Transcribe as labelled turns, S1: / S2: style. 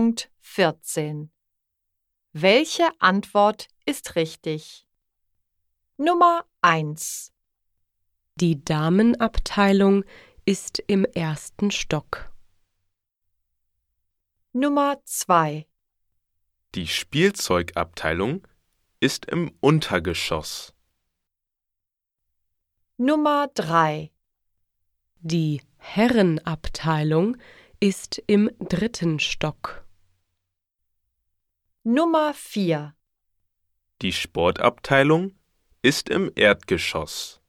S1: 7.14 Welche Antwort ist richtig? Nummer 1,
S2: Die Damenabteilung ist im ersten Stock.
S1: Nummer 2,
S3: Die Spielzeugabteilung ist im Untergeschoss.
S1: Nummer 3,
S2: Die Herrenabteilung ist im dritten Stock.
S1: Nummer 4,
S3: Die Sportabteilung ist im Erdgeschoss.